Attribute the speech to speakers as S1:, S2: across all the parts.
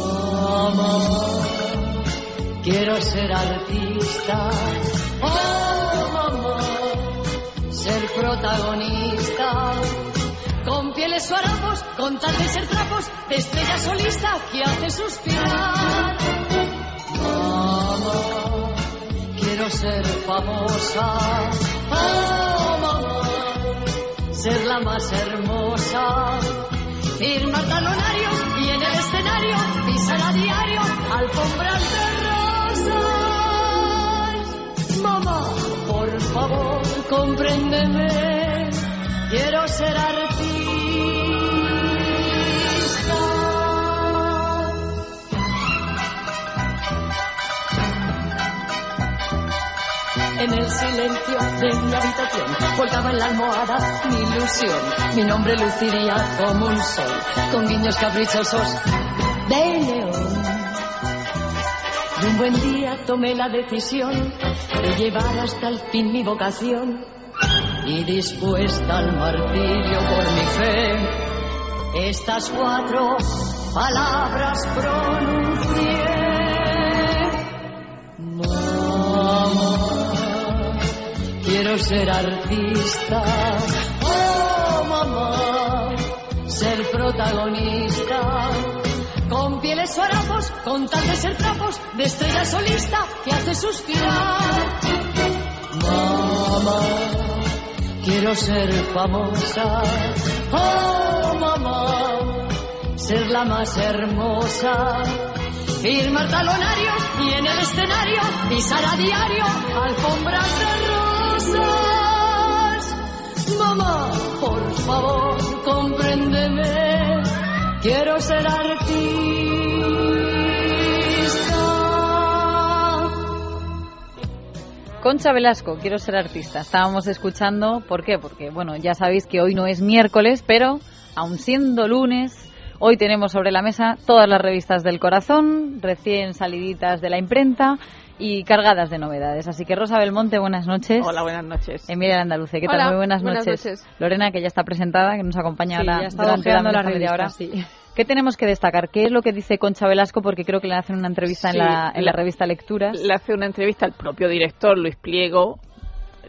S1: Mamá, quiero ser artista. Oh, mamá, ser protagonista. Con pieles o harapos, con tal de ser trapos, de estrella solista que hace suspirar. Mamá, quiero ser famosa. Oh, mamá, ser la más hermosa. Firmar talonarios y en el escenario pisar a diario alfombras de rosas. Mamá, por favor, compréndeme. Quiero ser artista. En el silencio de mi habitación volcaba en la almohada mi ilusión. Mi nombre luciría como un sol, con guiños caprichosos de león. Y un buen día tomé la decisión de llevar hasta el fin mi vocación. Y dispuesta al martirio por mi fe, estas cuatro palabras pronuncié. Mamá, quiero ser artista. Oh, mamá, ser protagonista. Con pieles o harapos, con tal de ser trapos, de estrella solista que hace suspirar. Mamá, quiero ser famosa. Oh, mamá, ser la más hermosa. Firmar talonarios y en el escenario pisar a diario alfombras de rosas. Mamá, por favor, compréndeme. Quiero ser artista.
S2: Concha Velasco, quiero ser artista. Estábamos escuchando, ¿por qué? Porque, bueno, ya sabéis que hoy no es miércoles, pero aun siendo lunes, hoy tenemos sobre la mesa todas las revistas del corazón, recién saliditas de la imprenta y cargadas de novedades. Así que Rosa Belmonte, buenas noches.
S3: Hola, buenas noches.
S2: Emilia Andaluce, ¿qué tal?
S3: Hola,
S2: Muy buenas
S3: buenas
S2: noches.
S3: noches.
S2: Lorena, que ya está presentada, que nos acompaña
S3: Sí,
S2: ahora
S3: ya está
S2: durante la
S3: hojeando la
S2: mesa media
S3: revista,
S2: hora.
S3: sí.
S2: ¿Qué tenemos que destacar? ¿Qué es lo que dice Concha Velasco? Porque creo que le hacen una entrevista
S3: Sí,
S2: en, la, en la
S3: la-
S2: revista Lecturas.
S3: Le hace una entrevista al propio director, Luis Pliego.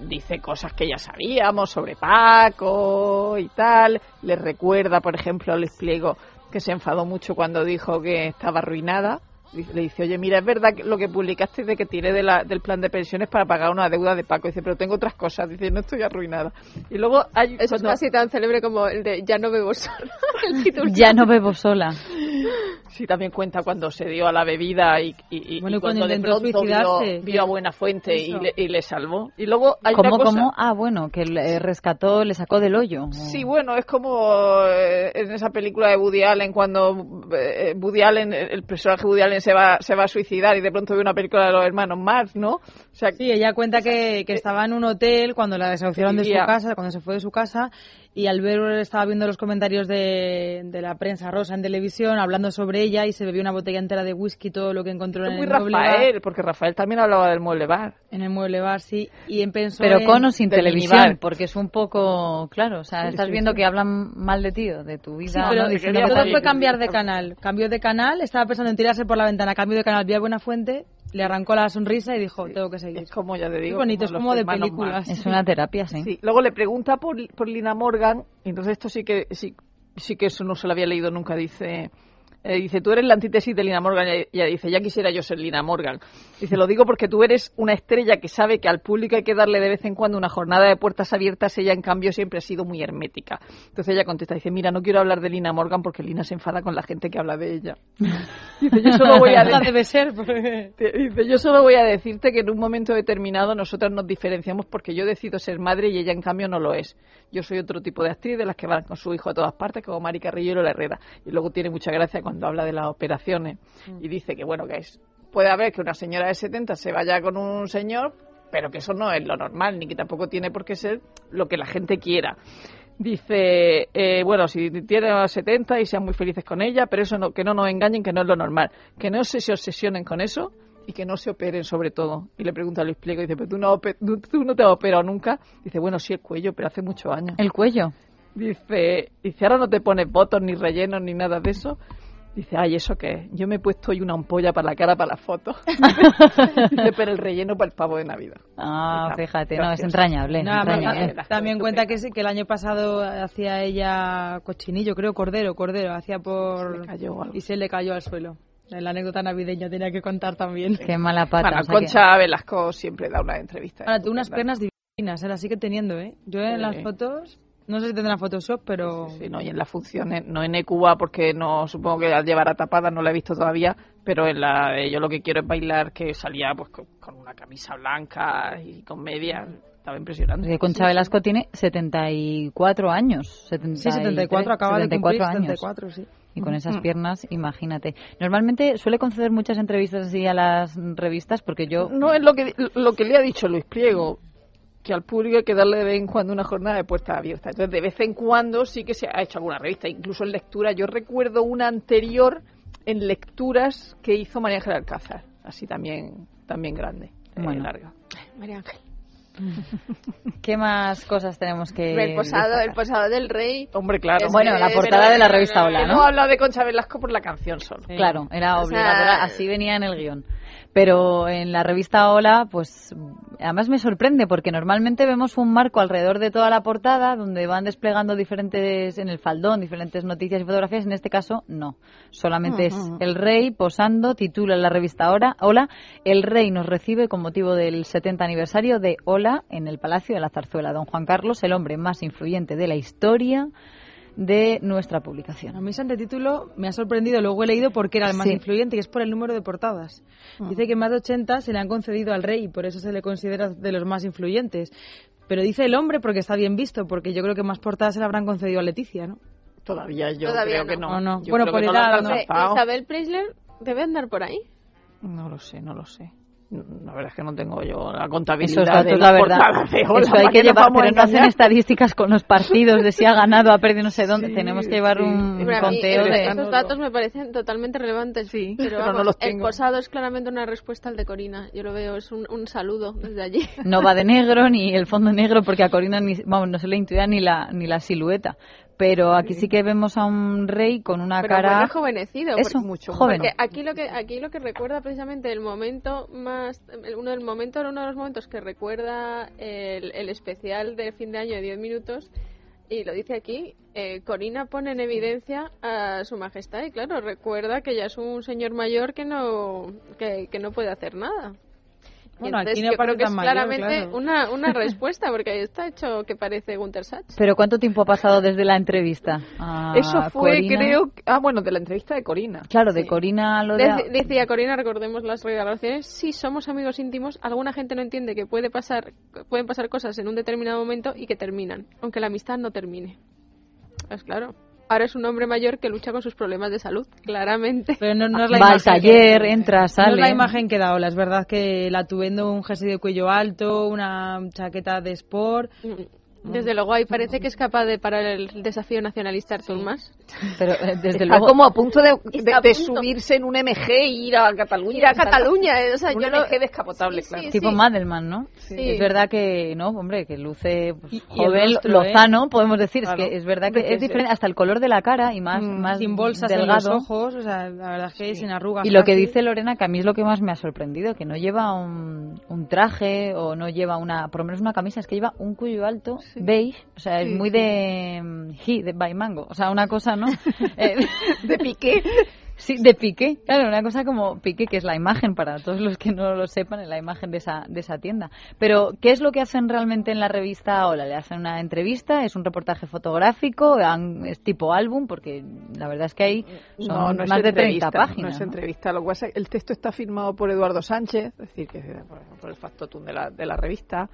S3: Dice cosas que ya sabíamos sobre Paco y tal. Le recuerda, por ejemplo, a Luis Pliego que se enfadó mucho cuando dijo que estaba arruinada. Dice- Le dice, oye, mira, es verdad que lo que publicaste de que tiré de la- del plan de pensiones para pagar una deuda de Paco. Dice, pero tengo otras cosas. Dice, no estoy arruinada. Y luego hay.
S4: Eso es
S3: cuando-
S4: casi tan célebre como el de Ya no bebo sola. el título.
S2: Ya no bebo sola.
S3: Sí, también cuenta cuando se dio a la bebida y, y- y-
S2: Bueno,
S3: y
S2: y cuando
S3: de
S2: intentó
S3: pronto vio,
S2: suicidarse,
S3: vio
S2: que-
S3: a Buena Fuente y
S2: Eso.
S3: le, y le salvó. Y luego hay
S2: ¿Cómo,
S3: una cosa...
S2: cómo? Ah, bueno, que le rescató, le sacó del hoyo.
S3: Sí, bueno, es como eh, en esa película de Woody Allen, cuando eh, Woody Allen, el el personaje Woody Allen se va, se va a suicidar y de pronto ve una película de los hermanos Marx, ¿no? O sea,
S5: Sí, ella cuenta que, que estaba en un hotel cuando la desahuciaron de su
S3: Vivía.
S5: casa, cuando se fue de su casa, y al ver, estaba viendo los comentarios de, de la prensa rosa en televisión, hablando sobre ella, y se bebió una botella entera de whisky, todo lo que encontró en
S3: muy ¿eh?
S5: el mueble bar.
S3: Rafael, porque Rafael también hablaba del mueble bar.
S5: En el mueble bar, sí, y em- pensó
S2: Pero
S5: en-
S2: con o sin
S3: del
S2: televisión,
S3: minibar.
S2: porque es un poco, claro, o sea,
S3: Sí,
S2: estás
S3: sí,
S2: viendo
S3: sí.
S2: que hablan mal de ti, o de tu vida,
S5: Sí, pero
S2: ¿no?
S3: que
S2: Diciendo
S3: quería
S2: que
S5: todo
S2: tal-
S3: salir.
S5: fue cambiar de canal. Cambió de canal, estaba pensando en tirarse por la ventana, cambió de canal, vio a Buenafuente, le arrancó la sonrisa y dijo, tengo que seguir.
S3: Es como, ya te
S5: Qué
S3: digo...
S5: bonito, es
S3: los
S5: como de
S3: hermanos Marx.
S5: películas.
S2: Es una terapia, sí.
S3: Sí, Luego le pregunta por, por Lina Morgan, y entonces esto sí que sí, sí que eso no se lo había leído nunca, dice... eh, dice, tú eres la antítesis de Lina Morgan. Y ella dice, ya quisiera yo ser Lina Morgan. Dice, lo digo porque tú eres una estrella que sabe que al público hay que darle de vez en cuando una jornada de puertas abiertas. Ella, en cambio, siempre ha sido muy hermética. Entonces ella contesta, dice, mira, no quiero hablar de Lina Morgan porque Lina se enfada con la gente que habla de ella. Dice, yo solo voy a...
S5: Nada debe ser, porque...
S3: Te- Dice, yo solo voy a decirte que en un momento determinado nosotras nos diferenciamos porque yo decido ser madre y ella en cambio no lo es. Yo soy otro tipo de actriz de las que van con su hijo a todas partes, como Mari Carrillo y Lola Herrera. Y luego tiene mucha gracia cuando habla de las operaciones y dice que bueno, que es, puede haber que una señora de 70 se vaya con un señor, pero que eso no es lo normal, ni que tampoco tiene por qué ser lo que la gente quiera. Dice, eh, bueno, si tiene 70 y sean muy felices con ella, pero eso no, que no nos engañen, que no es lo normal. Que no se, se obsesionen con eso y que no se operen sobre todo. Y le pregunta a Luis Pliego, dice, pero tú no, ope- tú- tú no te has operado nunca. Dice, bueno, sí el cuello, pero hace muchos años.
S2: El cuello.
S3: Dice, dice, ahora no te pones botox ni rellenos ni nada de eso. Dice, ay, ¿eso qué es? Yo me he puesto hoy una ampolla para la cara para la foto. Dice, pero el relleno para el pavo de Navidad.
S2: Ah,
S3: Está
S2: fíjate, no, es
S3: gracioso.
S2: entrañable. es
S5: Nada, pero
S2: entrañable.
S5: ta- también cuenta que, sí, que el año pasado hacía ella cochinillo, creo, cordero, cordero, hacía por...
S3: Se le cayó algo.
S5: y se le cayó al suelo. La anécdota navideña tenía que contar también.
S2: Qué mala pata.
S3: Bueno,
S2: o sea que-
S3: Concha Velasco siempre da una entrevista. ¿eh?
S5: Ahora, tú unas
S3: estupenda.
S5: piernas divinas, ¿eh? las sigue teniendo, ¿eh? Yo en las
S3: Sí.
S5: fotos, no sé si tendrá Photoshop, pero...
S3: Sí, no, y en las funciones, no en EQA porque no supongo que la llevará tapada, no la he visto todavía, pero en la de yo lo que quiero es bailar, que salía pues con, con una camisa blanca y con medias, estaba impresionante.
S2: Porque Concha Velasco tiene 74 años. 73,
S5: Sí, 74, acaba de
S2: 74
S5: cumplir
S2: años.
S5: 74, sí.
S2: Y con esas piernas, imagínate. Normalmente suele conceder muchas entrevistas así a las revistas porque yo...
S3: No es lo que, lo que le ha dicho Luis Pliego, que al público hay que darle de vez en cuando una jornada de puertas abiertas. Entonces, de vez en cuando sí que se ha hecho alguna revista, incluso en lectura. Yo recuerdo una anterior en lecturas que hizo María Ángel Alcázar, así también, también grande, eh,
S2: Bueno.
S3: larga.
S4: María Ángel.
S2: ¿Qué más cosas tenemos que...
S4: el posado, el
S2: destacar?
S4: posado del rey.
S3: Hombre, claro.
S2: Bueno, la portada de la revista Hola,
S3: Que
S2: ¿no?
S3: no habla de Concha Velasco por la canción solo.
S5: Sí.
S2: Claro, era
S4: O
S2: obligatoria,
S4: sea-
S2: así venía en el guión. Pero en la revista Hola, pues además me sorprende porque normalmente vemos un marco alrededor de toda la portada donde van desplegando diferentes, en el faldón, diferentes noticias y fotografías. En este caso, no. Solamente es el rey posando, titula la revista Hola, Hola, el rey nos recibe con motivo del 70 aniversario de Hola en el Palacio de la Zarzuela. Don Juan Carlos, el hombre más influyente de la historia de nuestra publicación.
S5: A mí ese antetítulo me ha sorprendido, luego he leído porque era el más
S2: Sí. Ah.
S5: influyente y es por el número de portadas. Dice que más de 80 se le han concedido al rey y por eso se le considera de los más influyentes. Pero dice el hombre porque está bien visto, porque yo creo que más portadas se le habrán concedido a Leticia, ¿no?
S3: Todavía yo
S4: Todavía
S3: creo que
S4: no.
S3: no.
S5: No, no.
S3: Yo
S5: Bueno,
S3: creo
S5: por
S3: que no
S5: edad,
S3: lo han
S5: ¿no?
S4: Hombre,
S3: alcanzado.
S4: Isabel Preisler debe andar por ahí.
S3: No lo sé, no lo sé. No, La verdad es que no tengo yo la contabilidad
S2: Esos datos,
S3: de
S2: la
S3: las
S2: verdad.
S3: portadas de Hola.
S2: Eso hay
S3: ¿para
S2: que
S3: qué nos
S2: llevar,
S3: vamos a
S2: pero no hacen
S3: engañar?
S2: estadísticas con los partidos de si ha ganado, ha perdido no sé dónde.
S3: Sí,
S2: Tenemos que llevar
S3: sí.
S2: un
S4: Hombre, a mí
S2: conteo
S4: el-
S3: pero
S2: de...
S3: están-
S4: esos datos me parecen totalmente relevantes.
S3: Sí,
S4: pero,
S3: pero no
S4: vamos,
S3: los
S4: el
S3: tengo.
S4: posado es claramente una respuesta al de Corina. Yo lo veo, es un, un saludo desde allí.
S2: No va de negro ni el fondo negro porque a Corina ni, vamos, no se le intuía ni la, ni la silueta. Pero aquí sí que vemos a un rey con una
S4: pero
S2: Ah, cara...
S4: muy rejuvenecido.
S2: Eso,
S4: porque-
S2: mucho,
S4: porque
S2: joven.
S4: aquí lo que aquí lo que recuerda precisamente el momento más el- uno del momento uno de los momentos que recuerda el, el especial de fin de año de 10 minutos y lo dice aquí, eh, Corina pone en evidencia a su majestad y claro, recuerda que ya es un señor mayor que no que, que no puede hacer nada. Y
S5: Bueno, aquí
S4: entonces
S5: no
S4: yo creo
S5: parece
S4: que es
S5: tan mayor,
S4: claramente
S5: claro.
S4: una, una respuesta, porque está hecho que parece Gunter Sachs.
S2: Pero ¿cuánto tiempo ha pasado desde la entrevista? a
S3: Eso fue,
S2: Ah, Corina?
S3: creo. que- Ah, bueno, de la entrevista de Corina.
S2: Claro, de Corina lo de...
S4: Dec- Decía Corina, recordemos las relaciones. Si somos amigos íntimos, alguna gente no entiende que puede pasar, pueden pasar cosas en un determinado momento y que terminan, aunque la amistad no termine. Es claro. Ahora es un hombre mayor que lucha con sus problemas de salud, claramente.
S5: Pero no, no es la
S2: Va al
S5: imagen
S2: taller, entra,
S5: No es
S2: sale.
S5: la imagen que da Ola, es verdad que el atuendo, un jersey de cuello alto, una chaqueta de sport...
S4: Desde luego ahí parece que es capaz de parar el desafío nacionalista Artur Mas.
S2: Pero eh, desde
S3: Está
S2: luego...
S3: como a punto de, de-
S4: Está a
S3: de
S4: punto.
S3: subirse en un MG y ir a Cataluña.
S4: Ir a
S3: hasta-
S4: Cataluña, eh, o sea,
S3: un
S4: yo lo-
S3: MG descapotable,
S4: Sí,
S3: claro.
S4: sí,
S2: Tipo Madelman, ¿no?
S4: Sí.
S2: Es verdad que, no, hombre, que luce pues,
S5: Y- y el
S2: joven,
S5: rostro, ¿eh?
S2: lozano, podemos decir.
S5: Claro.
S2: Es que es verdad
S3: Hombre,
S2: que
S3: que
S2: es
S3: sí.
S2: diferente hasta el color de la cara y más, más
S5: Mm, sin bolsas
S2: Mm, delgado.
S5: en los ojos, o sea, la verdad es que sin arrugas.
S2: Y lo que
S5: casi.
S2: dice Lorena, que a mí es lo que más me ha sorprendido, que no lleva un, un traje o no lleva una, por lo menos una camisa, es que lleva un cuello alto beige, o sea, es muy de mm, he, de by mango, o sea, una cosa, ¿no? de piqué. Sí, de piqué, claro, una cosa como piqué, que es la imagen, para todos los que no lo sepan, es la imagen de esa, de esa tienda. Pero, ¿qué es lo que hacen realmente en la revista Hola? Le hacen una entrevista, es un reportaje fotográfico, han- es tipo álbum, porque la verdad es que hay son
S3: No, no es
S2: más de 30
S3: entrevista,
S2: páginas.
S3: No es
S2: ¿no?
S3: entrevista. Lo que pasa es que el texto está firmado por Eduardo Sánchez, es decir, que es por, por el factotum de la, de la revista.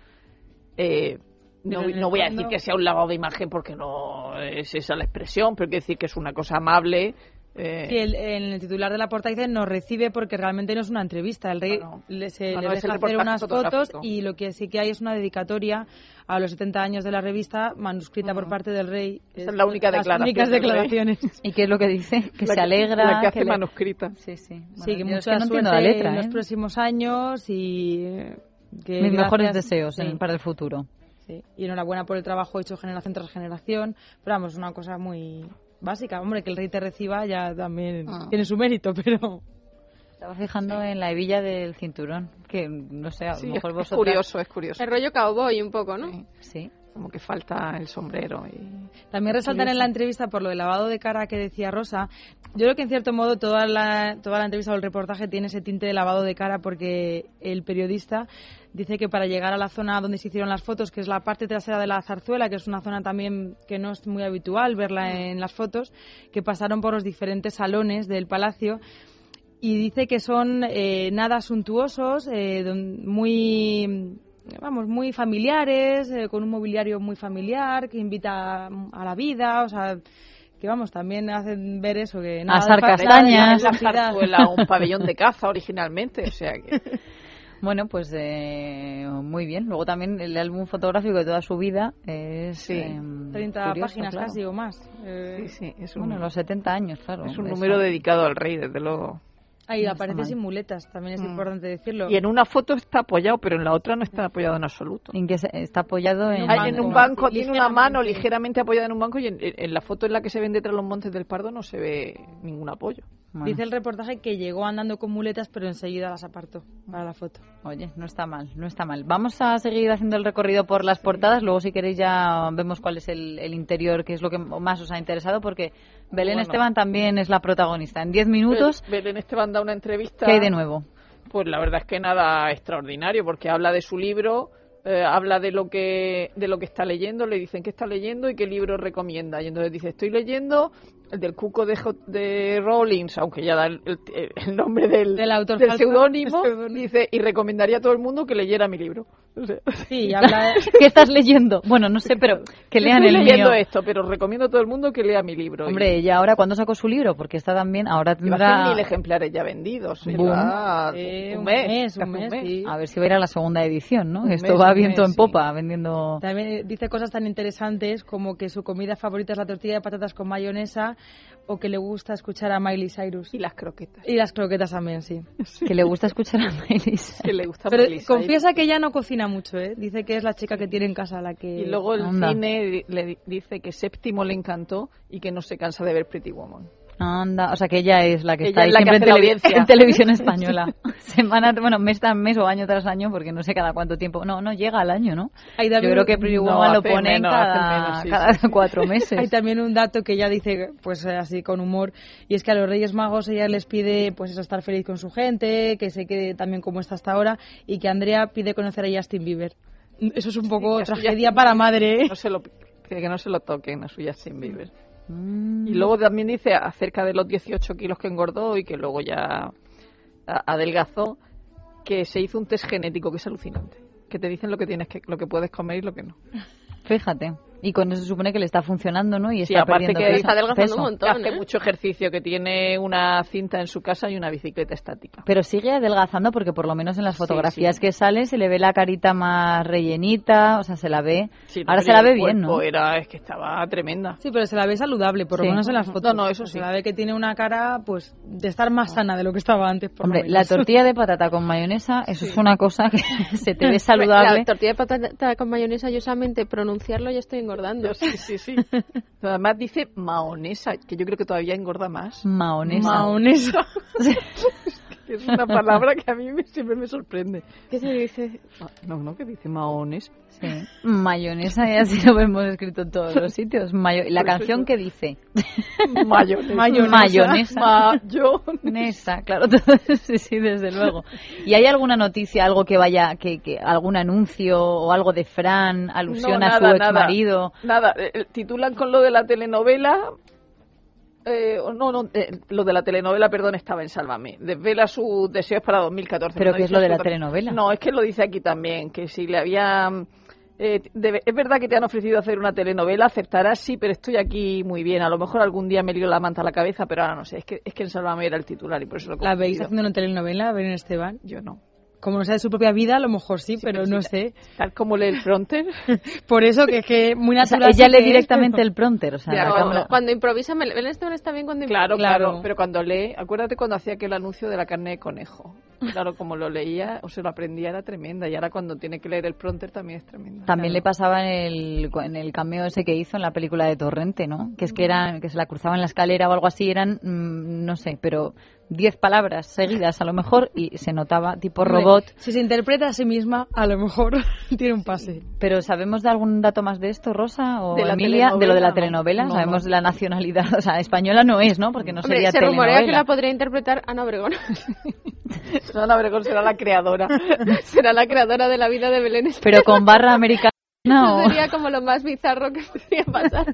S3: Eh, no,
S5: Pero en el
S3: no voy a decir
S5: fondo-
S3: que sea un lavado de imagen porque no es esa la expresión, pero quiero decir que es una cosa amable. eh,
S5: Sí, el, en el titular de la portada dice nos recibe porque realmente no es una entrevista. El rey
S3: No, no.
S5: le, se
S3: No,
S5: le
S3: no, es el
S5: deja hacer
S3: reportaje
S5: unas fotos
S3: fotográfico.
S5: y lo que sí que hay es una dedicatoria a los 70 años de la revista manuscrita por parte del rey.
S3: Mm. Esa es la única
S5: las
S3: declaración
S5: únicas
S3: del rey.
S5: declaraciones.
S2: ¿Y qué es lo que dice? Que
S3: la
S2: se alegra.
S3: La que hace
S2: le-
S3: manuscrita.
S2: Sí, sí. Bueno,
S5: sí, que
S2: yo
S5: mucha
S2: es no
S5: suerte
S2: entiendo la letra.
S5: en los
S2: ¿eh?
S5: próximos años y eh, que
S2: Mis mejores
S5: gracias-
S2: deseos
S5: sí,
S2: en- para el futuro.
S5: sí. Y enhorabuena por el trabajo hecho generación tras generación. Pero vamos, una cosa muy básica. Hombre, que el rey te reciba ya también
S3: Ah.
S5: tiene su mérito, pero...
S2: Estaba fijando en la hebilla del cinturón, que no sé, a lo
S3: Sí, es,
S2: mejor
S3: es
S2: vosotras...
S3: curioso, es curioso.
S4: El rollo cowboy un poco, ¿no?
S2: Sí.
S3: Como que falta el sombrero. Y...
S5: También resaltar en la entrevista por lo del lavado de cara que decía Rosa. Yo creo que en cierto modo toda la, toda la entrevista o el reportaje tiene ese tinte de lavado de cara porque el periodista dice que para llegar a la zona donde se hicieron las fotos, que es la parte trasera de la zarzuela, que es una zona también que no es muy habitual verla en las fotos, que pasaron por los diferentes salones del palacio y dice que son eh, nada suntuosos, eh, don- muy vamos muy familiares, eh, con un mobiliario muy familiar que invita a, a la vida, o sea que vamos también hacen ver eso que nada
S2: Asar
S5: de fa-
S2: castañas.
S5: nada
S3: La
S5: de felicidad.
S3: zarzuela, un pabellón de caza originalmente, o sea que...
S2: Bueno, pues eh, muy bien. Luego también el álbum fotográfico de toda su vida es... eh,
S3: Sí.
S5: 30
S2: curioso,
S5: páginas
S2: claro.
S5: casi o más. Eh,
S3: Sí, sí, es un,
S2: Bueno, los 70 años, claro.
S3: es un
S2: Eso.
S3: número dedicado al rey, desde luego.
S5: Ahí
S2: No está
S5: aparece
S2: mal. Mm.
S5: sin muletas, también es importante decirlo.
S3: Y en una foto está apoyado, pero en la otra no está apoyado en absoluto.
S2: En que se- está apoyado en...
S3: Ah, en
S5: banco.
S3: un banco tiene una
S5: Ligeramente.
S3: mano ligeramente apoyada en un banco y en, en- en la foto en la que se ven detrás los montes del Pardo no se ve ningún apoyo.
S2: Bueno,
S5: Dice el reportaje que llegó andando con muletas, pero enseguida las apartó para la foto.
S2: Oye, no está mal, no está mal. Vamos a seguir haciendo el recorrido por las portadas. Luego, si queréis, ya vemos cuál es el, el interior, que es lo que más os ha interesado, porque Belén
S3: Bueno.
S2: Esteban también es la protagonista. En 10 minutos,
S3: Bel- Belén Esteban da una entrevista.
S2: ¿qué hay de nuevo?
S3: Pues la verdad es que nada extraordinario, porque habla de su libro, eh, habla de lo que de lo que está leyendo, le dicen qué está leyendo y qué libro recomienda. Y entonces dice, estoy leyendo el del cuco de, Jo- de Rawlings, aunque ya da el, el- el nombre del,
S5: Del autor falso.
S3: seudónimo,
S5: Seudónimo.
S3: dice, y recomendaría a todo el mundo que leyera mi libro. O sea,
S5: Sí, y habla de-
S2: ¿Qué estás leyendo? Bueno, no sé, pero que
S3: yo
S2: lean
S3: estoy
S2: el
S3: leyendo
S2: mío.
S3: esto, pero recomiendo a todo el mundo que lea mi libro.
S2: Hombre, ¿y ahora cuándo sacó su libro? Porque está también, ahora
S3: Y va a hacer
S2: tendrá...
S3: mil ejemplares ya vendidos.
S2: Boom.
S3: lleva
S5: Eh,
S3: un mes, casi
S5: un mes, sí.
S2: A ver si va a ir a la segunda edición, ¿no?
S3: Un
S2: Esto
S3: mes,
S2: va
S3: un
S2: viento
S3: mes,
S2: en
S3: sí.
S2: popa, vendiendo...
S5: También eh, dice cosas tan interesantes como que su comida favorita es la tortilla de patatas con mayonesa o que le gusta escuchar a Miley Cyrus.
S3: Y las croquetas.
S5: Y las croquetas también, sí.
S2: Que le gusta escuchar a Melissa.
S3: Que le gusta
S5: Pero
S3: Miley Cyrus.
S5: confiesa que ya no cocina mucho, ¿eh? Dice que es la chica que tiene en casa la que...
S3: Y luego el
S2: Anda.
S3: cine di- le di- dice que Séptimo le encantó y que no se cansa de ver Pretty Woman.
S2: Anda, o sea que ella es la que
S3: Ella
S2: está ahí
S3: es la que
S2: siempre en,
S3: hace la
S2: televi-
S3: audiencia.
S2: en televisión española. Semana, bueno, mes tras mes o año tras año, porque no sé cada cuánto tiempo. No, no llega al año, ¿no?
S5: Hay
S2: Yo
S5: también
S2: creo que
S5: un-
S2: Pretty
S3: no,
S2: Woman lo
S3: hace
S2: pone en
S3: menos,
S2: cada,
S3: hace menos, sí,
S2: cada
S3: sí, sí.
S2: cuatro
S5: Hay
S2: meses.
S5: también un dato que ella dice, pues eh, así con humor, y es que a los Reyes Magos ella les pide, pues eso, estar feliz con su gente, que se quede también como está hasta ahora, y que Andrea pide conocer a Justin Bieber. Eso es un poco
S3: que a su
S5: tragedia
S3: Justin
S5: para madre, ¿eh?
S3: No se lo, que que no se lo toquen a su Justin Bieber.
S2: Mm,
S3: Y luego también dice acerca de los 18 kilos que engordó y que luego ya a- adelgazó, que se hizo un test genético que es alucinante. Que te dicen lo que tienes que, lo que puedes comer y lo que no.
S2: fíjate. Y con eso se supone que le está funcionando, ¿no? Y
S3: Sí,
S2: está
S3: aparte
S2: perdiendo
S3: que
S2: peso-
S3: está
S4: adelgazando
S2: peso.
S4: un montón.
S3: Que hace
S4: ¿eh?
S3: mucho ejercicio, que tiene una cinta en su casa y una bicicleta estática.
S2: Pero sigue adelgazando porque por lo menos en las
S3: Sí,
S2: fotografías
S3: sí.
S2: que sale se le ve la carita más rellenita, o sea, se la ve.
S3: Sí, no,
S2: Ahora
S3: pero
S2: se la ve
S3: el
S2: bien,
S3: cuerpo
S2: ¿no?
S3: Era, es que estaba tremenda.
S5: Sí, pero se la ve saludable, por
S2: Sí.
S5: lo menos en las fotos.
S3: No, no, eso sí.
S5: Se la ve que tiene una cara, pues, de estar más sana de lo que estaba antes, por
S2: Hombre,
S5: lo
S2: la
S5: menos.
S2: tortilla de patata con mayonesa, eso es una cosa que se te ve
S4: La
S2: saludable.
S4: tortilla de patata con mayonesa, yo solamente pronunciarlo ya estoy engordando.
S3: Yo, sí, sí, sí. Además dice maonesa, que yo creo que todavía engorda más.
S2: Maonesa.
S5: Mahonesa.
S3: Es una palabra que a mí me- siempre me sorprende.
S4: ¿Qué se dice?
S3: Ah, No, no, que dice maones.
S2: Sí. Mayonesa, ya sí lo hemos escrito en todos los sitios. Mayo- la
S3: Por eso
S2: canción
S3: yo-
S2: que dice.
S3: Mayonesa.
S2: Mayonesa.
S3: Mayonesa.
S2: Nesa, claro, todo- sí, sí, desde luego. ¿Y hay alguna noticia, algo que vaya, que, que algún anuncio o algo de Fran, alusión
S3: No,
S2: a su
S3: nada,
S2: ex
S3: nada.
S2: marido?
S3: Nada, eh, eh, titulan con lo de la telenovela. eh, o no, no, eh, lo de la telenovela, perdón, estaba en Sálvame. Desvela sus deseos para 2014.
S2: ¿Pero
S3: No
S2: qué es
S3: dice
S2: lo de la
S3: absolutamente-
S2: telenovela?
S3: No, es que lo dice aquí también, que si le habían... eh, debe- es verdad que te han ofrecido hacer una telenovela, aceptarás, sí, pero estoy aquí muy bien. A lo mejor algún día me lío la manta a la cabeza, pero ahora no sé. Es que, es que en Sálvame era el titular y por eso lo he
S5: ¿La veis
S3: confundido.
S5: haciendo una telenovela, Belén Esteban?
S3: Yo no.
S5: Como no sea de su propia vida, a lo mejor sí, pero
S3: pero
S5: no
S3: sí,
S5: sé.
S3: Tal como lee el fronter.
S5: Por eso que es que muy
S2: O sea,
S5: natural.
S2: ella
S5: sí
S2: lee
S5: que es,
S2: directamente
S5: pero-
S2: el prompter, o sea,
S3: Ya,
S2: la
S3: no,
S2: cámara.
S3: no.
S4: Cuando improvisa, me- Belén Esteban está bien cuando
S3: Claro,
S5: Claro.
S3: claro, Pero cuando lee, acuérdate cuando hacía aquel anuncio de la carne de conejo. Claro, como lo leía o se lo aprendía era tremenda y ahora cuando tiene que leer el prompter también es tremenda.
S2: También le
S3: claro.
S2: pasaba en el, en el cameo ese que hizo en la película de Torrente, ¿no? Que es que eran, que se la cruzaba en la escalera o algo así, eran, mm, no sé, pero diez palabras seguidas a lo mejor y se notaba tipo robot.
S5: Si se interpreta a sí misma, a lo mejor tiene un pase.
S2: Pero ¿sabemos de algún dato más de esto, Rosa o
S3: De la
S2: Emilia? De lo de la telenovela,
S3: telenovela, no. No,
S2: sabemos
S3: no.
S2: de la nacionalidad, o sea, española no es, ¿no? Porque no
S4: Hombre,
S2: sería
S4: se
S2: telenovela.
S4: rumorea que la podría interpretar Ana Obregón.
S3: Susana Obregón será la creadora.
S4: Será la creadora de la vida de Belén. Esteban.
S2: Pero con barra americana.
S4: Eso sería como lo más bizarro que podría pasar.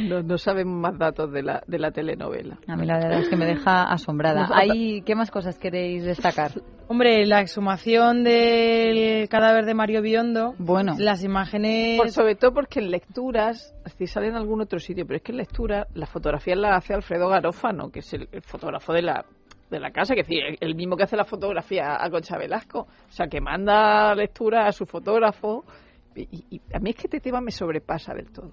S3: No, no sabemos más datos de la, de la telenovela.
S2: A mí la verdad es que me deja asombrada. Ahí, ¿Qué más cosas queréis destacar?
S5: Hombre, la exhumación del cadáver de Mario Biondo,
S2: Bueno,
S5: las imágenes...
S3: Por- sobre todo porque en lecturas, si sale en algún otro sitio, pero es que en lecturas las fotografías las hace Alfredo Garófano, que es el, el fotógrafo de la de la casa, que es decir, el- el mismo que hace la fotografía a Concha Velasco, o sea, que manda lectura a su fotógrafo. Y, y- y a mí es que este tema me sobrepasa del todo.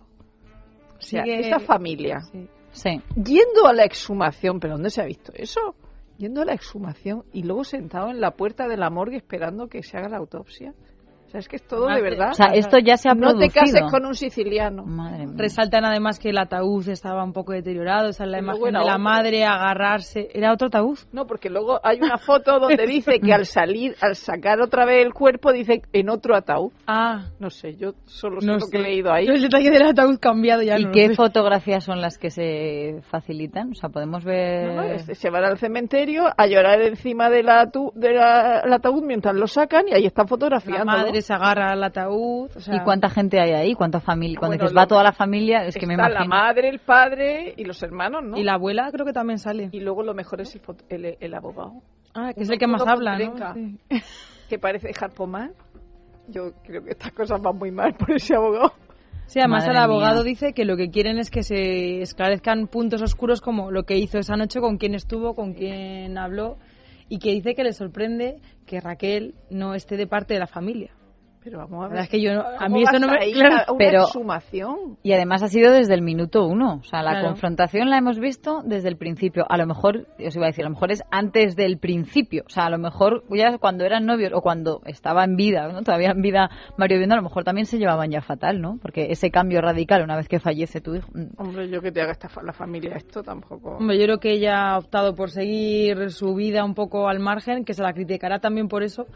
S3: O sea,
S5: Sigue-
S3: esta familia,
S5: Sí.
S2: sí.
S3: yendo a la exhumación, pero ¿dónde se ha visto eso? Yendo a la exhumación y luego sentado en la puerta de la morgue esperando que se haga la autopsia. O sea, es que es todo de
S5: Además,
S3: verdad.
S2: O sea, esto ya se ha
S3: no te
S2: producido.
S3: cases con un siciliano.
S5: Mm.
S2: Madre mía.
S5: Resaltan además que el ataúd estaba un poco deteriorado, o sea, la
S3: Muy
S5: imagen de
S3: buena
S5: la
S3: obra.
S5: madre agarrarse... ¿Era otro ataúd?
S3: No, porque luego hay una foto donde dice que al salir, al sacar otra vez el cuerpo, dice en otro ataúd.
S5: Ah,
S3: No sé, yo solo sé
S5: no
S3: lo
S5: sé.
S3: que he leído ahí.
S5: Yo el detalle del ataúd cambiado ya
S2: ¿Y
S5: no lo
S2: qué
S5: sé.
S2: fotografías son las que se facilitan? O sea, podemos ver.
S3: No, no, es- se van al cementerio a llorar encima del atu- de la- el ataúd mientras lo sacan y ahí están
S5: La
S3: fotografiando.
S5: madre se agarra al ataúd. O sea,
S2: ¿Y cuánta gente hay ahí? ¿Cuánta familia? Cuando
S3: Bueno,
S2: dices va
S3: lo-
S2: toda la familia, es que me
S3: Está
S2: imagino.
S3: la madre, el padre y los hermanos, ¿no?
S5: y la abuela creo que también sale.
S3: Y luego lo mejor es el, fot- el, el abogado,
S5: Ah, que es
S3: Uno-
S5: el que más
S3: uno con
S5: habla, ¿no?
S3: trenca.
S5: Sí.
S3: que parece Harpoman. Yo creo que estas cosas van muy mal por ese abogado.
S5: Sí, además
S2: Madre
S5: el abogado
S2: mía.
S5: dice que lo que quieren es que se esclarezcan puntos oscuros como lo que hizo esa noche, con quién estuvo, con quién habló, y que dice que le sorprende que Raquel no esté de parte de la familia.
S3: Pero vamos a
S5: La
S3: ver.
S5: verdad es que yo no- a
S3: ¿Cómo
S5: mí eso
S3: vas
S5: no me
S3: ahí
S5: claro,
S3: a una
S2: pero-
S3: exhumación?
S2: Y además ha sido desde el minuto uno. O sea, la
S5: Claro.
S2: confrontación la hemos visto desde el principio. A lo mejor, os iba a decir, a lo mejor es antes del principio. O sea, a lo mejor ya cuando eran novios o cuando estaba en vida, ¿no? todavía en vida Mario Biondo, a lo mejor también se llevaban ya fatal, ¿no? Porque ese cambio radical una vez que fallece tu hijo. mm,
S3: Hombre, yo que te haga esta fa- la familia esto tampoco.
S5: Hombre, yo creo que ella ha optado por seguir su vida un poco al margen, que se la criticará también por eso,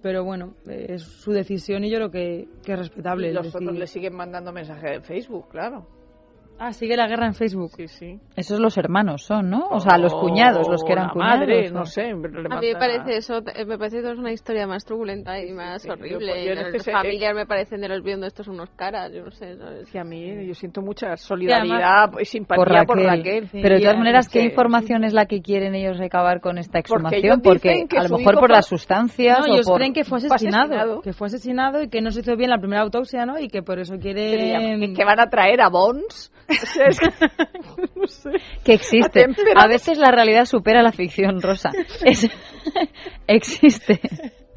S5: pero bueno, eh, es su decisión y yo creo que, que es respetable.
S3: Y
S5: el
S3: los otros
S5: decir-
S3: le siguen mandando mensajes en Facebook, claro.
S5: Ah, sigue la guerra en Facebook.
S3: Sí, sí.
S2: Esos los hermanos son, ¿no? O sea, los cuñados, los que eran
S3: la
S2: cuñados.
S3: madre,
S2: o-
S3: no sé. pero le
S4: A mí me
S3: manda-
S4: parece eso, eh, me parece que es una historia más turbulenta y más
S3: sí, yo-
S4: horrible.
S3: yo en
S4: Y
S3: este
S4: los
S3: se-
S4: familiares me parecen de los viendo estos unos caras, yo no sé. ¿sabes?
S3: Sí, a mí yo siento mucha
S5: Y
S3: solidaridad
S5: además-
S3: y simpatía por Raquel.
S5: sí.
S2: Pero de todas
S5: Sí,
S2: maneras, ¿qué
S3: sí.
S2: información es la que quieren ellos recabar con esta
S3: Porque
S2: exhumación?
S3: ellos
S2: Porque,
S3: dicen que
S2: a lo
S3: su
S2: mejor
S3: hijo
S2: por
S3: fue-
S2: las sustancias
S5: No,
S2: o
S5: ellos
S2: por...
S5: creen que fue
S3: fue
S5: asesinado,
S3: asesinado.
S5: Que fue asesinado y que no se hizo bien la primera autopsia, ¿no? Y que por eso
S3: Que,
S5: quiere...
S3: le- que van a traer a Bones. O sea, es que- no sé.
S2: que existe.
S3: Atemperados.
S2: A veces la realidad supera la ficción, Rosa. Es- existe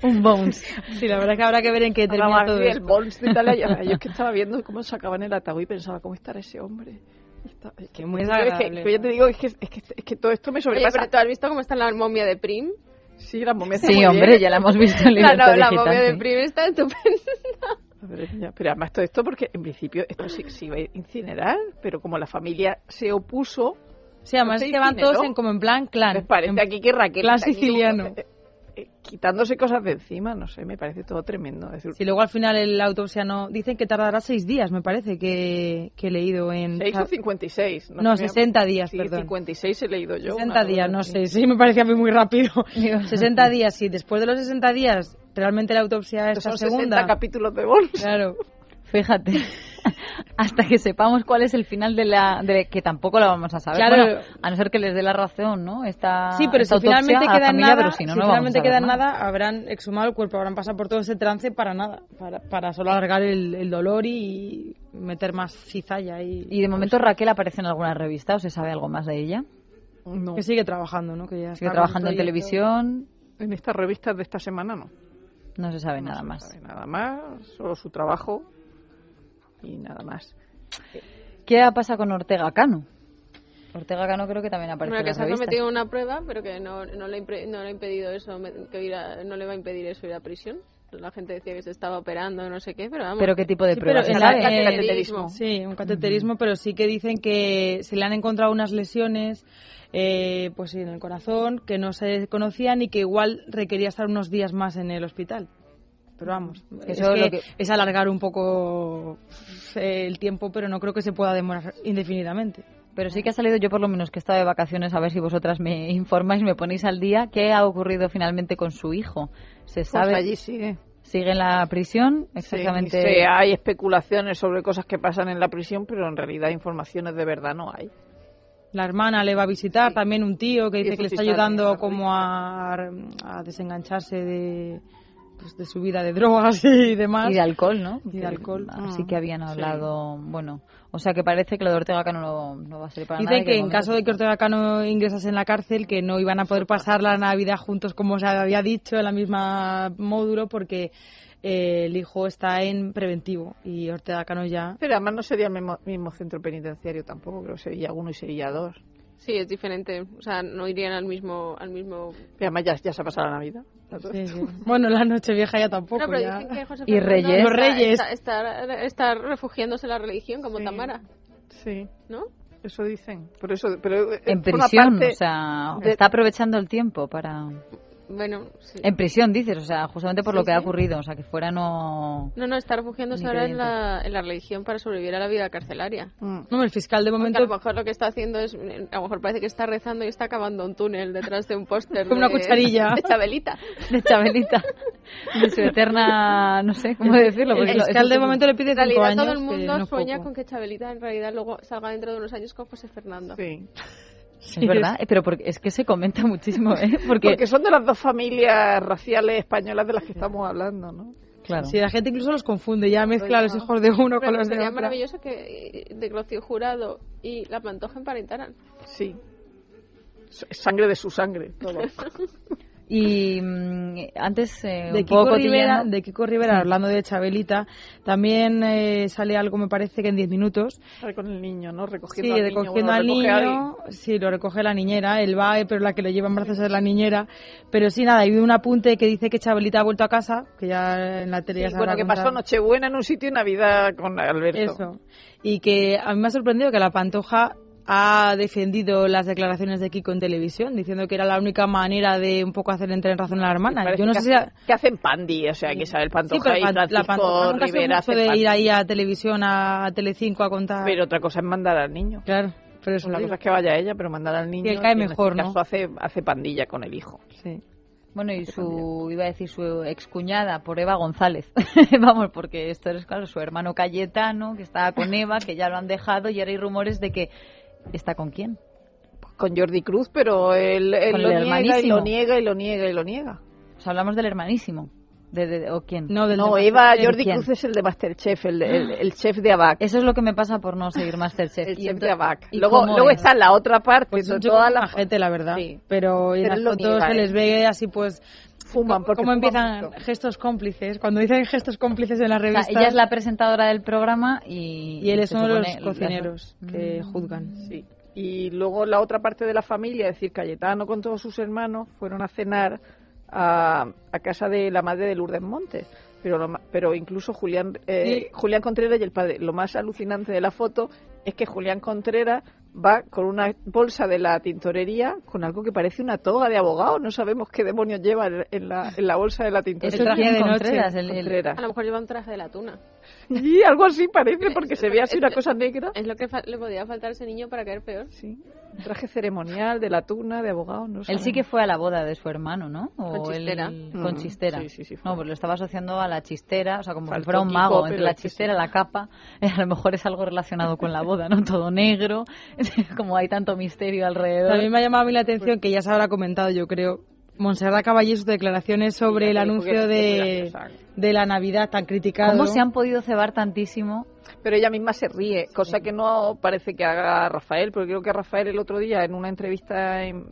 S2: un Bones.
S5: Sí, la verdad es que habrá que ver en qué
S3: Ahora
S5: termina
S3: más
S5: todo
S3: bien, el
S5: esto.
S3: Bones de Italia. ya- Yo es que estaba viendo cómo sacaban el ataúd y pensaba, ¿cómo estará ese hombre? Y estaba- es
S5: Que muy
S3: es que-
S5: desagradable,
S3: que yo
S5: ¿no?
S3: te digo, es que, es que, es que todo esto me
S4: Oye,
S3: sobrepasa.
S4: pero tú has visto cómo está la momia de Prim.
S3: Sí, la momia está muy
S2: Sí,
S3: bien.
S2: hombre, ya la hemos visto en
S4: La,
S2: Libertad
S4: la, la
S2: Digital,
S4: momia de
S2: sí.
S4: Prim está estupenda.
S3: Madre mía, Pero además todo esto porque en principio esto sí se iba a incinerar, pero como la familia se opuso,
S5: Sí, además es que van todos en, como en plan clan.
S3: me parece
S5: En-
S3: aquí que Raquel...
S5: plan
S3: está aquí,
S5: siciliano.
S3: eh, eh, Quitándose cosas de encima, no sé, me parece todo tremendo. Es decir,
S5: Si luego al final el autopsia no... Dicen que tardará seis días, me parece, que, que he leído en...
S3: se hizo 56.
S5: No,
S3: sé,
S5: 60 días,
S3: sí,
S5: perdón.
S3: 56 he leído yo.
S5: 60
S3: una
S5: días,
S3: cosa
S5: no
S3: así.
S5: sé, sí, me parece a mí muy rápido. 60 días, sí. Después de los 60 días, realmente la autopsia es
S3: Estos
S5: la
S3: son
S5: segunda.
S3: 60 capítulos de Bones.
S5: Claro.
S2: Fíjate. Hasta que sepamos cuál es el final de la... De, que tampoco la vamos a saber.
S5: Claro.
S2: Bueno, a no ser que les dé la razón, ¿no? Esta,
S5: Sí, pero
S2: esta
S5: si
S2: Ah, autopsia
S5: finalmente
S2: a la
S5: queda en
S2: familia,
S5: nada,
S2: pero si no,
S5: si
S2: no vamos a
S5: finalmente
S2: saber
S5: queda en
S2: nada.
S5: nada, habrán exhumado el cuerpo, habrán pasado por todo ese trance para nada, para, para
S2: Eh.
S5: solo alargar el, el dolor y meter más cizalla y,
S2: Y de momento Raquel aparece en alguna revista o se sabe algo más de ella.
S3: No,
S5: que sigue trabajando, ¿no? Que ya está
S2: Sigue
S5: con
S2: trabajando
S5: el
S2: en
S5: proyecto.
S2: televisión,
S3: en estas revistas de esta semana no.
S2: no se sabe
S3: No
S2: nada
S3: se
S2: más.
S3: sabe Nada más, solo su trabajo y nada más.
S2: ¿Qué pasa con Ortega Cano? Ortega Cano creo que también aparece
S4: Bueno,
S2: en
S4: que
S2: las
S4: se ha
S2: revistas.
S4: sometido a una prueba, pero que no, no, le, ha impre- no le ha impedido eso, me- que ir a- no le va a impedir eso ir a prisión. La gente decía que se estaba operando, no sé qué, pero vamos.
S2: Pero qué tipo de
S5: Sí,
S2: pruebas,
S5: pero
S2: ¿se
S5: en la-
S2: sabe?
S5: en-
S4: Cateterismo.
S5: Sí, un cateterismo, pero sí que dicen que se le han encontrado unas lesiones eh, pues sí, en el corazón que no se conocían y que igual requería estar unos días más en el hospital. Pero vamos, es,
S2: Eso es lo
S5: que
S2: que-
S5: es alargar un poco eh, el tiempo, pero no creo que se pueda demorar indefinidamente.
S2: Pero sí que ha salido yo por lo menos que he estado de vacaciones, a ver si vosotras me informáis, me ponéis al día, qué ha ocurrido finalmente con su hijo. Se sabe,
S3: Pues allí sigue.
S2: sigue en la prisión, exactamente.
S3: Sí, sí, hay especulaciones sobre cosas que pasan en la prisión, pero en realidad informaciones de verdad no hay.
S5: La hermana le va a visitar, también un tío que
S3: Y
S5: dice
S3: eso
S5: que le
S3: sí
S5: está
S3: sale en
S5: ayudando
S3: la
S5: como a, a desengancharse de, pues, de su vida de drogas y demás.
S2: y de alcohol, ¿no?
S5: Y de alcohol.
S2: Así
S5: Ah,
S2: que habían hablado, bueno, o sea que parece que lo de Ortega Cano no, no va a ser para nada.
S5: Dicen
S2: y
S5: que en
S2: momento-
S5: caso de que Ortega Cano ingresase en la cárcel, que no iban a poder pasar la Navidad juntos como se había dicho en la misma módulo, porque eh, el hijo está en preventivo y Ortega Cano ya.
S3: Pero además no sería el mismo, mismo centro penitenciario tampoco, creo Sevilla 1 y Sevilla 2.
S4: Sí, es diferente. O sea, no irían al mismo. Al mismo...
S3: Y además ya, ya se ha pasado la Navidad.
S5: Sí, sí. eh, Bueno, la noche vieja ya tampoco.
S4: No, pero
S5: ya.
S4: dicen que José
S2: Y
S4: Fernando
S2: Reyes.
S4: está-
S5: Los Reyes.
S4: Está, está- está refugiándose en la religión, como
S3: Sí.
S4: Tamara,
S3: Sí,
S4: ¿no?
S3: eso dicen. Por eso, pero eh,
S2: En
S3: por una
S2: prisión,
S3: parte-
S2: o sea,
S3: de-
S2: está aprovechando el tiempo para...
S4: Bueno, sí.
S5: Em-
S2: En prisión, dices, o sea, justamente por
S4: Sí,
S2: lo que ha
S4: sí.
S2: ocurrido, o sea, que fuera no...
S4: No, no, está refugiándose
S2: Ni
S4: ahora en
S2: creyente.
S4: la, en la religión para sobrevivir a la vida carcelaria.
S3: Mm.
S5: No, el fiscal de
S4: Porque a lo
S5: momento
S4: mejor lo que está haciendo es, a lo mejor parece que está rezando y está acabando un túnel detrás de un póster.
S5: Con una
S4: de-
S5: cucharilla.
S4: De Chabelita.
S2: de Chabelita, de su eterna, no sé cómo decirlo.
S5: Pues
S2: porque
S5: el
S2: lo-
S5: fiscal
S2: eso
S5: de
S2: es un-
S5: momento le
S4: En
S5: pide cinco
S4: realidad
S5: años.
S4: todo el
S5: que
S4: mundo
S5: no es
S4: sueña
S5: poco.
S4: con que Chabelita en realidad luego salga dentro de unos años con José Fernando.
S3: Sí.
S2: Es verdad, eh, pero porque, es que se comenta muchísimo, ¿eh? Porque,
S3: Porque son de las dos familias raciales españolas de las que estamos hablando, ¿no?
S2: claro,
S5: Sí, la gente incluso los confunde, ya mezcla los hijos de uno con
S4: Pues Pero
S5: los de
S4: sería
S5: otro.
S4: maravilloso que eh, de Rocío Jurado y la Pantoja emparentaran.
S3: Sí. S- Sangre de su sangre. todo.
S2: y mm, antes eh,
S5: de
S2: un poco
S5: Kiko, Rivera,
S2: cotillando-
S5: de Kiko Rivera, hablando de Chabelita, también eh, sale algo, me parece que en 10 minutos.
S3: Ahora Con el niño, ¿no? Recogiendo
S5: Sí,
S3: al niño. bueno,
S5: recogiendo al
S3: recoge a alguien.
S5: niño, sí, lo recoge la niñera, él va, eh, pero la que lo lleva en brazos es la niñera. Pero sí, nada, hay un apunte que dice que Chabelita ha vuelto a casa, que ya en la tele ya
S3: Sí,
S5: se
S3: bueno,
S5: habrá
S3: que pasó
S5: contado.
S3: Nochebuena en un sitio y Navidad con Alberto.
S5: Eso. Y que a mí me ha sorprendido que la Pantoja ha defendido las declaraciones de Kiko en televisión, diciendo que era la única manera de un poco hacer entrar en razón a la hermana.
S3: Parece
S5: Yo no
S3: que
S5: sé si...
S3: hace-
S5: ha-
S3: que hacen pandi, o sea, que Isabel
S5: Sí,
S3: Pantoja
S5: pero
S3: y
S5: Pan-
S3: Francisco
S5: la Pantoja nunca ha sido
S3: Rivera
S5: mucho
S3: hacen
S5: de
S3: pandi.
S5: ir ahí a televisión, a Telecinco a contar.
S3: Pero otra cosa es mandar al niño.
S5: claro, pero eso
S3: Una
S5: digo.
S3: cosa es que vaya ella, pero mandar al niño.
S5: Que él cae
S3: en
S5: mejor,
S3: este
S5: ¿no?
S3: caso hace, hace pandilla con el hijo.
S5: Sí.
S2: Bueno, y su, iba a decir su excuñada, por Eva González. Vamos, porque esto es, claro, su hermano Cayetano, que estaba con Eva, que ya lo han dejado, y ahora hay rumores de que está con quién.
S3: Pues con Jordi Cruz, pero él, él
S2: Con
S3: lo
S2: el
S3: niega y
S2: hermanísimo.
S3: lo niega y lo niega y lo niega.
S2: O sea, hablamos del hermanísimo. De, de- ¿O quién?
S5: No, del
S3: No,
S5: demás.
S3: Eva,
S5: Eh,
S3: Jordi
S2: ¿quién?
S3: Cruz es el de Masterchef, el, el, el chef de ABAC.
S2: Eso es lo que me pasa por no seguir Masterchef.
S3: El
S2: Y
S3: chef
S2: ento-
S3: de ABAC.
S2: ¿y
S3: Luego,
S2: cómo
S3: luego
S2: es?
S3: está la otra parte,
S5: Pues
S3: donde
S5: yo
S3: toda
S5: la
S3: la
S5: gente, la verdad.
S3: Sí.
S5: Pero en
S3: Pero
S5: las
S3: él lo
S5: fotos
S3: niega,
S5: se
S3: ¿eh?
S5: les ve así, pues.
S3: fuman. porque
S5: Como
S3: fuman
S5: empiezan
S3: mucho.
S5: gestos cómplices. Cuando dicen gestos cómplices en las
S2: O sea,
S5: revistas.
S2: ella es la presentadora del programa y...
S5: Y él es
S2: se
S5: uno de los
S2: supone-
S5: cocineros que
S2: Mm.
S5: juzgan.
S3: Sí. Y luego la otra parte de la familia, es decir, Cayetano con todos sus hermanos fueron a cenar a, a casa de la madre de Lourdes Montes. Pero, lo ma- pero incluso Julián, eh,
S5: Sí.
S3: Julián Contreras y el padre. Lo más alucinante de la foto es que Julián Contreras va con una bolsa de la tintorería con algo que parece una toga de abogado. No sabemos qué demonios lleva en en la, en la bolsa de la
S2: Eso
S5: El
S3: tintorería.
S5: traje
S2: quién,
S5: de noche,
S2: Contreras, el- el-
S4: A
S3: Contreras.
S4: lo mejor lleva un traje de la tuna.
S3: Y algo así parece, porque se ve así una cosa negra.
S4: Es lo que fa- le podía faltar a ese niño para caer peor.
S3: Sí, un traje ceremonial de la tuna, de abogado, no sé.
S2: Él sí que fue a la boda de su hermano, ¿no? O
S4: Con
S2: él-
S4: chistera.
S2: con
S3: Mm,
S2: chistera.
S3: sí, sí, sí, fue.
S2: no, pues lo estaba asociando a la chistera, o sea, como si
S3: Faltó
S2: fuera un
S3: Kiko,
S2: mago,
S3: pero
S2: entre la
S3: es que sí.
S2: chistera, la capa, eh, a lo mejor es algo relacionado con la boda, ¿no? Todo negro, como hay tanto misterio alrededor.
S5: También me ha llamado a mí la
S3: Pues
S5: atención que ya se habrá comentado, yo creo. Montserrat Caballé sus declaraciones sobre
S3: Sí,
S5: el
S3: dijo que era
S5: anuncio
S3: muy
S5: de,
S3: graciosa. ¿eh?
S5: de la Navidad tan criticado.
S2: ¿Cómo se han podido cebar tantísimo?
S3: Pero ella misma se ríe, cosa que no parece que haga Rafael, porque creo que Rafael el otro día en una entrevista en,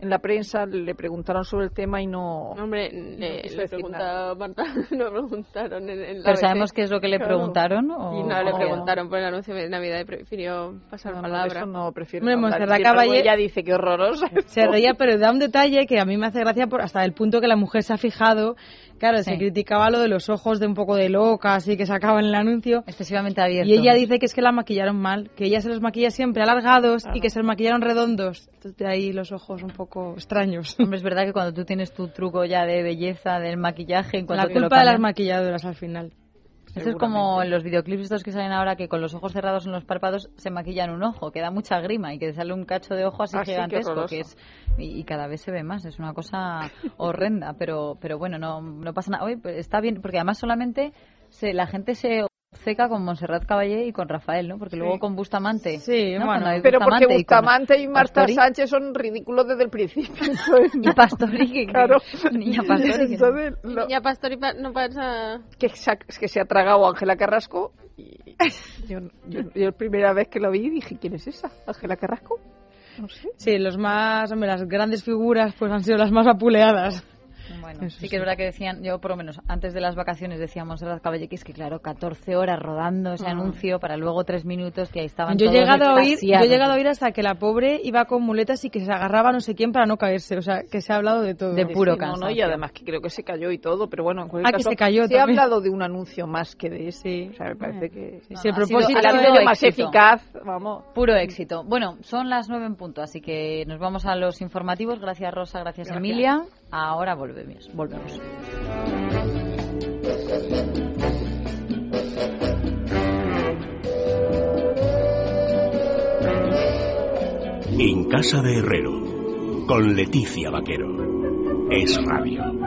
S3: en la prensa, le preguntaron sobre el tema y no...
S4: Hombre, eh,
S3: quiso
S4: le, le
S3: decir
S4: preguntaba a Marta, no preguntaron en, en la
S2: Pero
S4: ABC.
S2: sabemos qué es lo que le
S3: Claro.
S2: preguntaron. O,
S4: Y no le
S2: o-
S4: preguntaron por el anuncio de Navidad y prefirió pasar
S3: No, no, de
S4: palabra.
S3: eso no prefiero
S5: Hombre,
S3: no hablar.
S5: Montserrat
S3: Sin embargo,
S5: Caballé-
S3: Ella dice que horrorosa.
S5: Se reía, pero da un detalle que a mí me hace gracia por, hasta el punto que la mujer se ha fijado. Claro,
S2: Sí.
S5: se criticaba lo de los ojos de un poco de loca, así que sacaba en el anuncio.
S2: Excesivamente abierto.
S5: Y ella dice que es que la maquillaron mal, que ella se los maquilla siempre alargados y que se los maquillaron redondos. Entonces, de ahí los ojos un poco extraños.
S2: Hombre, es verdad que cuando tú tienes tu truco ya de belleza, del maquillaje, en cuanto
S5: La
S2: te lo
S5: culpa de las
S2: cambian-
S5: maquilladoras al final.
S2: Esto es como en los videoclips estos que salen ahora que con los ojos cerrados en los párpados se maquillan un ojo, que da mucha grima y que te sale un cacho de ojo así
S3: Ah, sí, qué
S2: gigantesco
S3: horroroso.
S2: que es y, y cada vez se ve más, es una cosa horrenda, pero pero bueno, no no pasa nada. Oye, pues está bien porque además solamente se, la gente se obceca con Montserrat Caballé y con Rafael, ¿no? Porque luego con Bustamante.
S5: Sí,
S2: ¿no?
S5: bueno.
S2: Cuando hay
S3: Pero porque
S2: y con
S3: Bustamante y Marta
S2: Pastori.
S3: Sánchez son ridículos desde el principio.
S2: y Pastori, que-
S3: claro.
S2: Niña Pastori. que-
S3: Entonces, lo-
S4: Y a Pastori pa- no pasa...
S3: que, se ha, que se ha tragado Ángela Carrasco. Y yo, yo, yo la primera vez que lo vi dije, ¿quién es esa? ¿Ángela Carrasco? No sé.
S5: Sí, los más, hombre, las grandes figuras pues han sido las más apuleadas.
S2: Bueno, sí que es verdad que decían, yo por lo menos antes de las vacaciones decía Montserrat Caballé que es que claro, 14 horas rodando ese anuncio para luego tres minutos que ahí estaban
S5: Yo he
S2: todos
S5: llegado a oír, yo he
S2: extasiados.
S5: llegado a oír hasta que la pobre iba con muletas y que se agarraba a no sé quién para no caerse, o sea, que se ha hablado de todo.
S2: De
S3: Sí,
S2: puro
S3: sí, no, no,
S2: cansancio.
S3: y además que creo que se cayó y todo, pero bueno, en cualquier
S5: Ah, que
S3: caso,
S5: se cayó
S3: se ha
S5: también.
S3: hablado de un anuncio más que de ese.
S5: Sí.
S3: O sea, me parece que...
S5: Sí, el
S2: ha sido-
S5: propósito
S2: ha
S3: la
S2: sido
S5: era-
S3: medio más
S2: éxito.
S3: eficaz, vamos.
S2: Puro éxito. Bueno, son las 9 en punto, así que nos vamos a los informativos. Gracias Rosa, gracias, Emilia. Ahora volvemos. volvemos.
S6: En casa de Herrero, con Leticia Vaquero. Es radio.